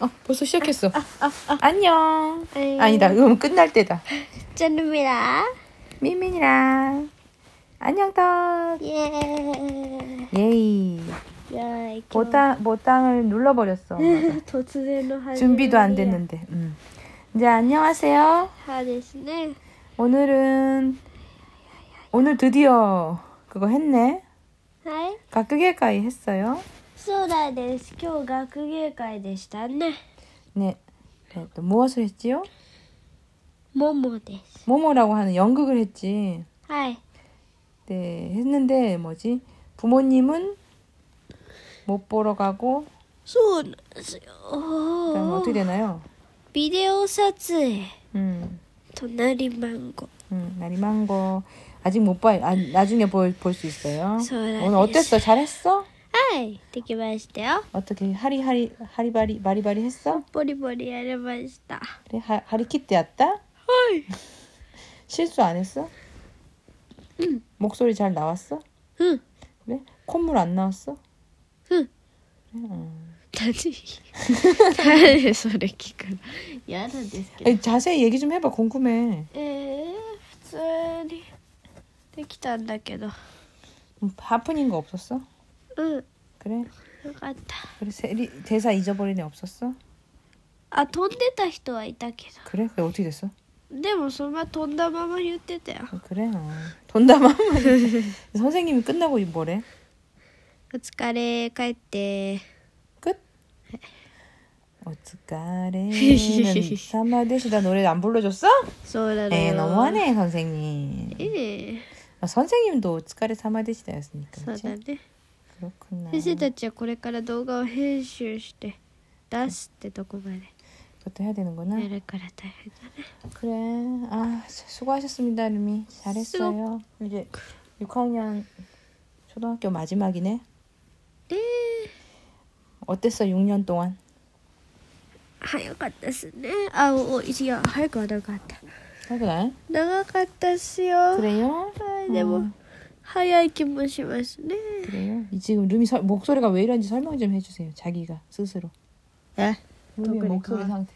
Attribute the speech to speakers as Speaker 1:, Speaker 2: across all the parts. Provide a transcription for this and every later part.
Speaker 1: 어, 벌써 시작했어. 안녕.
Speaker 2: 네.
Speaker 1: 아니다. 그럼 끝날 때다.
Speaker 2: 짠입니다.
Speaker 1: 민민이랑 안녕 떡.
Speaker 2: 예.
Speaker 1: 예이. 뭐
Speaker 2: 야, 이거.
Speaker 1: 보따, 보따을 눌러버렸어. 엄마가.
Speaker 2: 도트대로 하는
Speaker 1: 준비도 안
Speaker 2: 일이야.
Speaker 1: 됐는데. 음. 이제 안녕하세요.
Speaker 2: 다 됐네.
Speaker 1: 오늘은 오늘 드디어 그거 했네.
Speaker 2: はい。
Speaker 1: 가끄게가이 했어요.
Speaker 2: そうだです。今日学芸会でしたね。
Speaker 1: 네. 네, 또 무엇을 했지요?
Speaker 2: ももです。
Speaker 1: 모모라고 하는 연극을 했지.
Speaker 2: はい。
Speaker 1: 네, 했는데 뭐지? 부모님은 못 보러 가고
Speaker 2: そうなんですよ。
Speaker 1: 그다음 어떻게 되나요?
Speaker 2: ビデオ撮影。
Speaker 1: 음,
Speaker 2: 隣マンゴ。
Speaker 1: 음 나리만 거 아직 못 봐요. 아, 나중에 볼 볼 수 있어요.
Speaker 2: 소라이스.
Speaker 1: 오늘 어땠어? 잘했어?
Speaker 2: はい。できましたよ。
Speaker 1: 어떻게 하리하리 하리바리 바리바리 했어?
Speaker 2: ボリボリやりました。
Speaker 1: 그래 하, 하리키트였다?
Speaker 2: はい。
Speaker 1: 실수 안 했어? 목소리 잘 나왔어?
Speaker 2: うん。
Speaker 1: 그래? 콧물 안 나왔어?
Speaker 2: うん。
Speaker 1: 음.
Speaker 2: 何なんでそれ聞くの嫌なんですけど
Speaker 1: 아니, 자세히 얘기 좀 해봐 궁금해
Speaker 2: えー、普通にできたんだけど
Speaker 1: 음, 하프닝 거 없었어?
Speaker 2: うんよ
Speaker 1: 그래?
Speaker 2: かった
Speaker 1: 그래 세리, 대사 잊어버린 애 없었어?
Speaker 2: あ飛んでた人はいたけ
Speaker 1: 그래? 그래 어떻게 됐어?
Speaker 2: どでもそのまま飛んだまま言ってたよ
Speaker 1: 어, 그래 어. 돈담아 선생님이 끝나고 뭐래?
Speaker 2: お疲れ帰って
Speaker 1: 끝 어떡하래는 사마데시다 노래 안 불러줬어?
Speaker 2: そうなの
Speaker 1: 에
Speaker 2: ね
Speaker 1: 너무하네 선생님
Speaker 2: ええ
Speaker 1: 아, 선생님도 오츠카레 사마데시다였으니까
Speaker 2: そうだ
Speaker 1: 그렇지?
Speaker 2: ね
Speaker 1: 그렇구나
Speaker 2: 先生たちはこれから動画を編集して出すってとこまで
Speaker 1: 그것도 해야 되는구나
Speaker 2: やるから大変だね
Speaker 1: 그래 아 수- 수고하셨습니다 루미 잘했어요 이제 6학년 초등학교 마지막이네
Speaker 2: で
Speaker 1: 어땠어 6년 동안
Speaker 2: 早かったっすねあおいや早くはなかった
Speaker 1: 그래
Speaker 2: 長かったっす
Speaker 1: 아,
Speaker 2: よ
Speaker 1: 그래요?
Speaker 2: はいで
Speaker 1: 뭐 음.
Speaker 2: も、早い気もしますね
Speaker 1: 그래요? 이 지금 루미 설- 목소리가 왜 이런지 설명 좀 해주세요. 자기가 스스로.
Speaker 2: え特
Speaker 1: 루
Speaker 2: に
Speaker 1: 목소리
Speaker 2: 変わ
Speaker 1: 상태.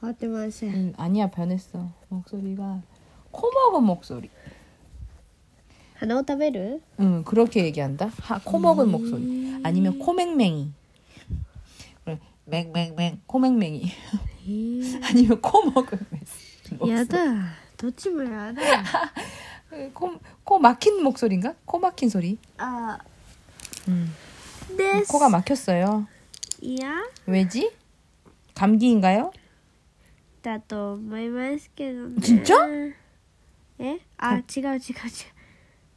Speaker 2: 変わってません
Speaker 1: 음, 아니야 변했어. 목소리가 코 먹은 목소리.
Speaker 2: 鼻を食べる
Speaker 1: 응 그렇게 얘기한다. 하, 코 먹은 목소리. 아니면 코맹맹이. 그래, 맹맹맹 코맹맹이. 아니면 코 먹은 목소리.
Speaker 2: やだどっちもやだ
Speaker 1: 코, 코 막힌 목소리인가? 코 막힌 소리.
Speaker 2: あ
Speaker 1: 음.
Speaker 2: です
Speaker 1: 코가 막혔어요.
Speaker 2: いや
Speaker 1: 왜지? 감기인가요?
Speaker 2: だと思いますけどね
Speaker 1: ちっちゃ
Speaker 2: えあ違う違う違う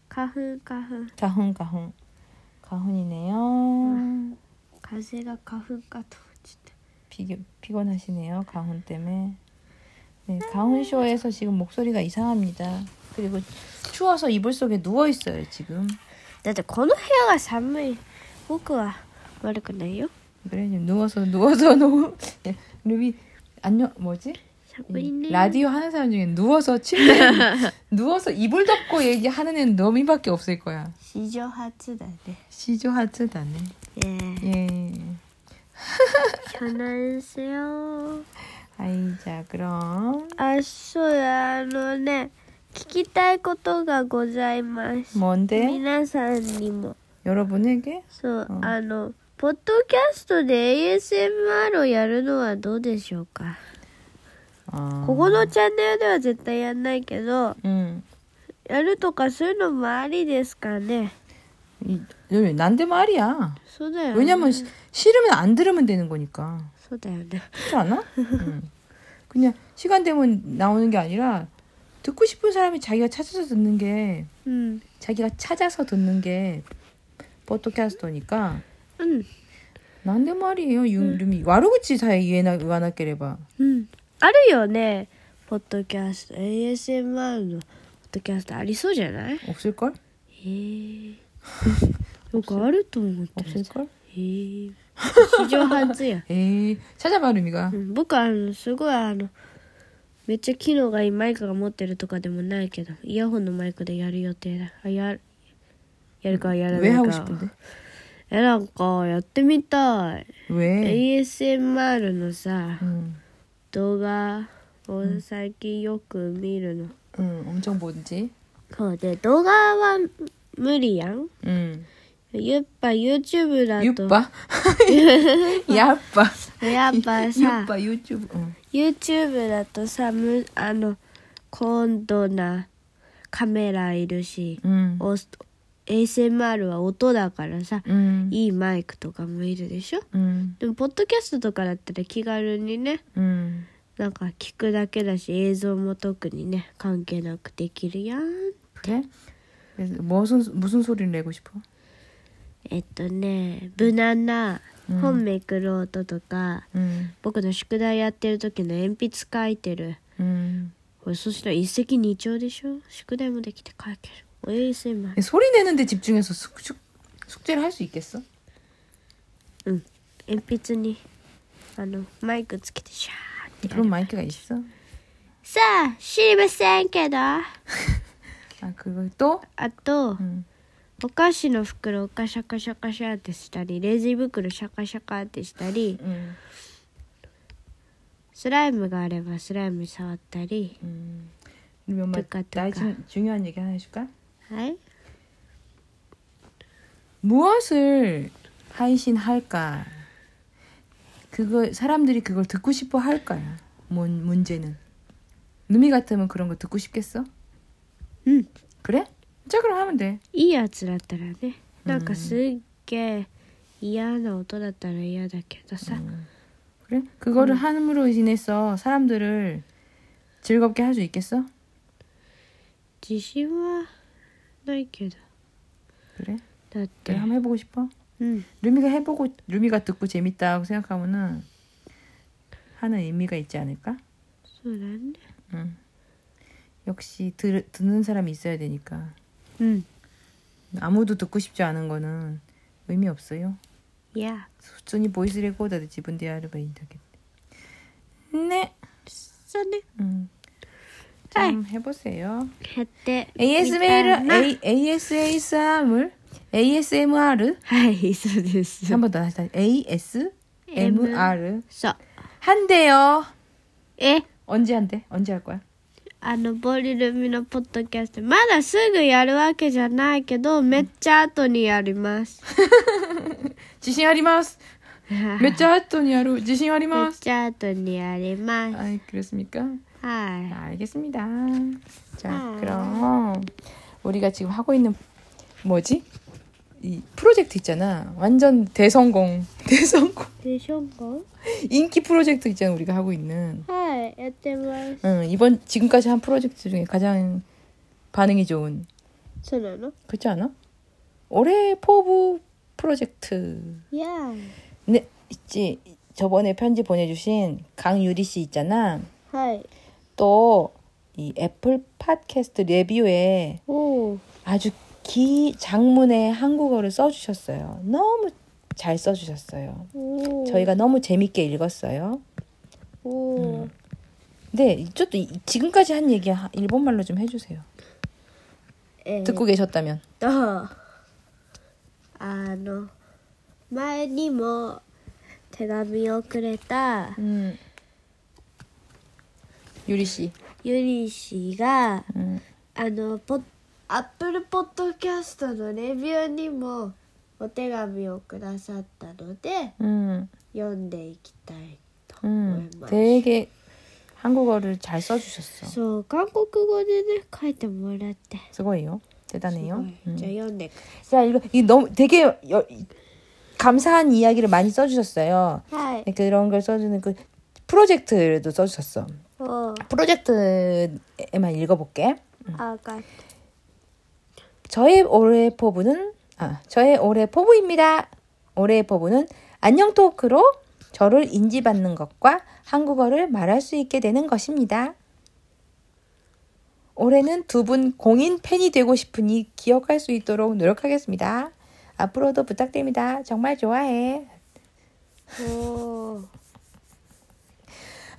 Speaker 2: 花粉花粉
Speaker 1: 가훈 가훈 가훈이네요. 아.
Speaker 2: 風が花粉かと思っちゃっ
Speaker 1: 피, 피곤하시네요. 가훈 때문에. 네, 가훈 쇼에서 지금 목소리가 이상합니다. 그리고 추워서 이불 속에 누워 있어요 지금.
Speaker 2: ただってこの部屋が寒い僕は悪くないよ
Speaker 1: 그래 지금 누워서 누워서 누워. 예, 루비 안녕 뭐지?
Speaker 2: 寒い
Speaker 1: 이
Speaker 2: ね
Speaker 1: 라디오 하는 사람 중에 누워서 침대 누워서 이불 덮고 얘기하는 애는 너미밖에 없을 거야.
Speaker 2: 史上初だね
Speaker 1: 시조 하트다네.
Speaker 2: ええ
Speaker 1: 예.
Speaker 2: 안녕하세요.
Speaker 1: 아이 자 그럼
Speaker 2: あ、そうだ、あのね、聞きたいことがございます。
Speaker 1: 뭔데?
Speaker 2: 皆さんにも。
Speaker 1: 여러분에게
Speaker 2: そう、
Speaker 1: うん
Speaker 2: あの、ポッドキャストで ASMR をやるのはどうでしょうか、
Speaker 1: 아,
Speaker 2: ここのチャンネルでは絶対やんないけど、
Speaker 1: 음.
Speaker 2: やるとかそういうのもありですかね
Speaker 1: 이 루비 난데 말이야.
Speaker 2: そうだよ、ね。
Speaker 1: 왜냐면 시- 싫으면 안 들으면 되는 거니까
Speaker 2: そうだよね。
Speaker 1: 그렇지 않아? 응. 그냥 시간 되면 나오는 게 아니라 듣고 싶은 사람이 자기가 찾아서 듣는 게
Speaker 2: うん。
Speaker 1: 자기가 찾아서 듣는 게 포토캐스트니까
Speaker 2: うん。
Speaker 1: 난데 말이에요 유- 유미 와르구치 사이 이해나 와나께레바
Speaker 2: うん。あるよね。ポッドキャスト、ASMR のポッドキャストありそうじゃない
Speaker 1: 없을걸
Speaker 2: へえ。 なんかあると思ってる。
Speaker 1: 없을걸
Speaker 2: へえ。史上初や。
Speaker 1: 에이 찾아봐 루미가
Speaker 2: うん、僕はあのすごいあのめっちゃ機能がいいマイクが持ってるとかでもないけどイヤホンのマイクでやる予定だ。あややるかやらな
Speaker 1: 왜
Speaker 2: い
Speaker 1: 하고
Speaker 2: か。
Speaker 1: 싶은데
Speaker 2: えなんかやってみたい、
Speaker 1: 왜?
Speaker 2: ASMR のさ
Speaker 1: 음,
Speaker 2: 動画を最近よく見るの、
Speaker 1: 음, 엄청 뭔지.
Speaker 2: そうで動画は無理やん
Speaker 1: 음.
Speaker 2: やっぱ YouTube だと
Speaker 1: 유빠. 야빠.
Speaker 2: やっぱさ
Speaker 1: 유빠 유튜브. 어. 응.
Speaker 2: YouTube だとさむあの高度なカメラいるし、
Speaker 1: 음.
Speaker 2: お ASMR は音だからさ、
Speaker 1: 음.
Speaker 2: いいマイクとかもいるでしょ
Speaker 1: 음.
Speaker 2: でもポッドキャストとかだったら気軽にね
Speaker 1: 음.
Speaker 2: なんか聞くだけだし映像も特にね関係なくできるやん
Speaker 1: 그래? 그래서 무슨 무슨 소리를 내고 싶어?
Speaker 2: えっとね無難な
Speaker 1: うん
Speaker 2: 本めくる音とか、
Speaker 1: 음.
Speaker 2: 僕の宿題やってる時の鉛筆書いてる
Speaker 1: 음.
Speaker 2: これそしたら一石二鳥でしょ宿題もできて書けるおやすいま
Speaker 1: 소리 내는데 집중해서 숙, 숙, 숙제를 할 수 있겠어?
Speaker 2: うん鉛筆にあのマイクつけてシャーってやる
Speaker 1: 그런 마이크가 있어?
Speaker 2: さあ知りませんけどあ
Speaker 1: 아 그거 또?
Speaker 2: と、
Speaker 1: 음.
Speaker 2: お菓子の袋をカシャカシャカシャってしたりレジ袋シャカシャカってしたり
Speaker 1: 음.
Speaker 2: スライムがあればスライム触ったり
Speaker 1: 음. 그럼 엄마
Speaker 2: 뜨까, 뜨까.
Speaker 1: 나의 중- 중요한 얘기 하나 해줄까?
Speaker 2: はい
Speaker 1: 무엇을 하이신할까? 그거 사람들이 그걸 듣고 싶어 할까야. 뭔 문제는 누미 같으면 그런 거 듣고 싶겠어?
Speaker 2: うん
Speaker 1: 그래? 자 그럼 하면 돼.
Speaker 2: いいやつだったらねなんかすっげえ嫌な音だったら嫌だけどさ、
Speaker 1: 그래? 그거를 함으로 인해서 사람들을 즐겁게 할 수 있겠어?
Speaker 2: 自信はないけど
Speaker 1: 그래?
Speaker 2: だって
Speaker 1: 내가 한번 해보고 싶어?
Speaker 2: うん、
Speaker 1: 루미가 해보고 루미가 듣고 재밌다고 생각하면은 하는 의미가 있지 않을까?
Speaker 2: そうだね
Speaker 1: 응. 역시 들, 듣는 사람이 있어야 되니까
Speaker 2: うん。
Speaker 1: 아무도 듣고 싶지 않은 거는 의미 없어요.
Speaker 2: いや、
Speaker 1: 순히 보이스 레코더도 지분 대하르바 인터겠. 네.
Speaker 2: そうね。
Speaker 1: 음.
Speaker 2: 네.
Speaker 1: 좀 해보세요.
Speaker 2: やってみたい
Speaker 1: ASMR,
Speaker 2: な
Speaker 1: A, ASMR, ASMR
Speaker 2: はい、そうです。
Speaker 1: 한 번 더 다시 ASMR
Speaker 2: そう。
Speaker 1: 한대요.
Speaker 2: え、
Speaker 1: 언제 한대? 언제 할 거야?
Speaker 2: あの、ボリルミのポッドキャスト、まだすぐやるわけじゃないけど、めっちゃ後にやります。
Speaker 1: 지신 아리마스.
Speaker 2: め
Speaker 1: 몇
Speaker 2: っ
Speaker 1: 자 했더니 하루 지신
Speaker 2: ちゃ後にやります。
Speaker 1: 아이 그랬습니까?
Speaker 2: は
Speaker 1: 네, 알겠습니다. 자,
Speaker 2: 아.
Speaker 1: 그럼 우리가 지금 하고 있는 뭐지? 이 프로젝트 있잖아. 완전 대성공. 대성공.
Speaker 2: い。でしょうか
Speaker 1: 인기 프로젝트 있잖아. 우리가 하고 있는.
Speaker 2: はい、やってます。
Speaker 1: 응, 이번 지금까지 한 프로젝트 중에 가장 반응이 좋은.
Speaker 2: そうなの
Speaker 1: 그렇지 않아? 올해 포부 프로젝트.
Speaker 2: いやー。
Speaker 1: 네, 있지. 저번에 편지 보내 주신 강유리 씨 있잖아.
Speaker 2: はい。
Speaker 1: 또 이 애플 팟캐스트 레뷰에
Speaker 2: おー。
Speaker 1: 아주 기 장문의 한국어를 써주셨어요. 너무 잘 써주셨어요.
Speaker 2: おー。
Speaker 1: 저희가 너무 재밌게 읽었어요.
Speaker 2: おー。
Speaker 1: 네, 저도 이- 지금까지 한 얘기 하- 일본말로 좀 해주세요.
Speaker 2: えー
Speaker 1: 듣고 계셨다면.
Speaker 2: とあの前にも手紙をくれた
Speaker 1: 음. 유리 씨.
Speaker 2: ゆり氏が
Speaker 1: 음.
Speaker 2: あのポアップルポッドキャストのレビューにもお手紙をくださったので
Speaker 1: 음.
Speaker 2: 読んでいきたいと思い
Speaker 1: 음.
Speaker 2: ます、
Speaker 1: 되게 한국어를 잘 써주셨어.
Speaker 2: そう韓国語でね書いてもらって、
Speaker 1: 수고해요. 대단해요.
Speaker 2: うん
Speaker 1: 음.
Speaker 2: じゃあ読んでく
Speaker 1: 자 이거 이 너무 되게 여- 감사한 이야기를 많이 써주셨어요. 네,
Speaker 2: ださい、はい、
Speaker 1: 그런 걸 써주는 그 프로젝트도 써주셨어.
Speaker 2: おう
Speaker 1: 프로젝트에만 읽어볼게.
Speaker 2: あか
Speaker 1: 저의 올해 포부는 아 저의 올해 포부입니다. 올해의 포부는 안녕 토크로 저를 인지받는 것과 한국어를 말할 수 있게 되는 것입니다. 올해는 두 분 공인 팬이 되고 싶으니 기억할 수 있도록 노력하겠습니다. 앞으로도 부탁드립니다. 정말 좋아해.
Speaker 2: おう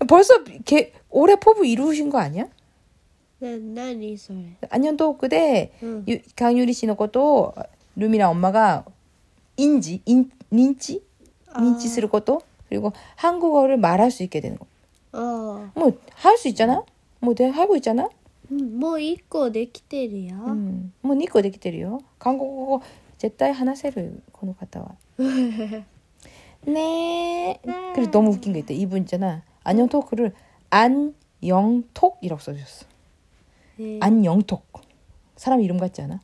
Speaker 1: 벌써 개, 올해 포부 이루신 거 아니야?
Speaker 2: な何それ
Speaker 1: 안녕 토크 때
Speaker 2: うん
Speaker 1: 유- 강유리 씨는 것도 루미랑 엄마가 인지, 인, 닌치,
Speaker 2: 아.
Speaker 1: 닌치する 것도 그리고 한국어를 말할 수 있게 되는 거.
Speaker 2: あ
Speaker 1: 뭐 할 수 있잖아. 뭐 내가 하고 있잖아.
Speaker 2: あも
Speaker 1: 뭐
Speaker 2: う一個できてるよ、
Speaker 1: 음, 뭐 니꺼 되기때리요. 한국어 絶対 하나세를 この方は. 네. 그리고 너무 웃긴 게 있대. 이분 있잖아. 안녕 토크를 안영톡이라고 써주셨어. 예.
Speaker 2: ねあ
Speaker 1: 안영톡. 사람 이름 같지 않아?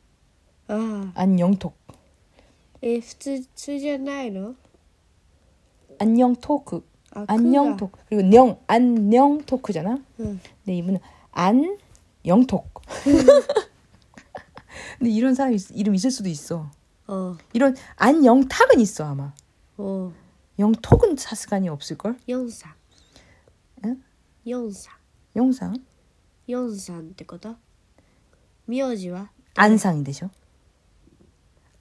Speaker 2: あ
Speaker 1: 안영톡. 예,
Speaker 2: え普通普通じゃないの
Speaker 1: 안녕 토크.
Speaker 2: あ
Speaker 1: 안녕
Speaker 2: く
Speaker 1: 토크. 그리고 녕 안녕 토크잖아.
Speaker 2: がうん、
Speaker 1: 근데 이분은 안영톡. 근데 이런 사람 있- 이름 있을 수도 있어.
Speaker 2: あ
Speaker 1: 이런 안영탁은 있어 아마.
Speaker 2: あおう
Speaker 1: 영톡은 사스간이 없을걸?
Speaker 2: 四さん
Speaker 1: ん
Speaker 2: 四さん
Speaker 1: 영상
Speaker 2: 四さんってこと名字は
Speaker 1: 안상이 되죠.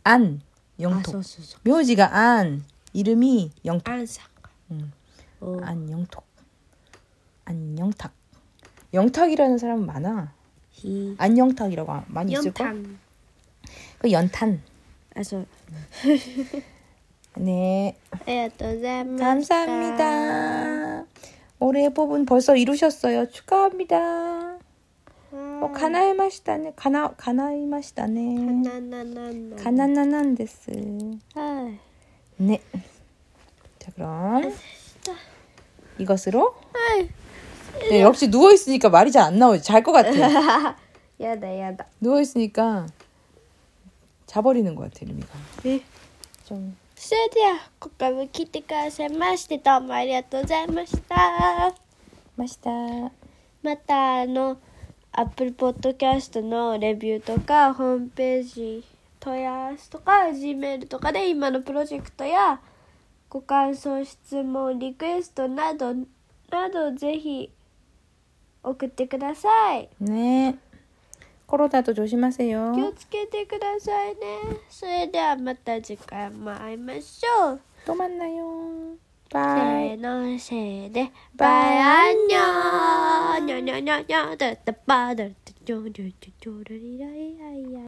Speaker 1: 안
Speaker 2: あそう
Speaker 1: 영톡
Speaker 2: そうそう
Speaker 1: 묘지가 안 이름이 영톡
Speaker 2: アンさんか
Speaker 1: うん
Speaker 2: おう
Speaker 1: 안 영톡 안 영탁 영탁이라는 사람 많아.
Speaker 2: ひ
Speaker 1: 안 영탁이라고 아- 많이
Speaker 2: 四
Speaker 1: 있을 걸?
Speaker 2: 単
Speaker 1: 그 연탄. 아,
Speaker 2: あそう
Speaker 1: 네
Speaker 2: ありがとうございました
Speaker 1: 감사합니다. 올해 뽑은 벌써 이루셨어요. 축하합니다.
Speaker 2: お
Speaker 1: 뭐 가나이마시다네 가나 가나이마시다네.
Speaker 2: なななな
Speaker 1: 가난난한 데스.
Speaker 2: はい
Speaker 1: 네. 자, 그럼 이것으로
Speaker 2: はい
Speaker 1: 네, 역시 누워 있으니까 말이 잘 안 나오지. 잘 것 같아.
Speaker 2: やだやだ
Speaker 1: 누워 있으니까 자버리는 것 같아, 루미가.
Speaker 2: え
Speaker 1: 좀
Speaker 2: それでは今回も聞いてくださいましてどうもありがとうございました。
Speaker 1: 맛있다.
Speaker 2: またあの Apple Podcast のレビューとかホームページ問い合わせとか Gmail とかで今のプロジェクトやご感想質問リクエストなどなどぜひ送ってください
Speaker 1: 네. 코로나도 조심하세요.
Speaker 2: 気をつけてくださいねそれではまた次回も会いましょう
Speaker 1: 또 만나요.
Speaker 2: せ
Speaker 1: 바이.
Speaker 2: ーのせーでバイアンニョーニョニョニョニョドッドバードッドジョージョージョージョーリライライライ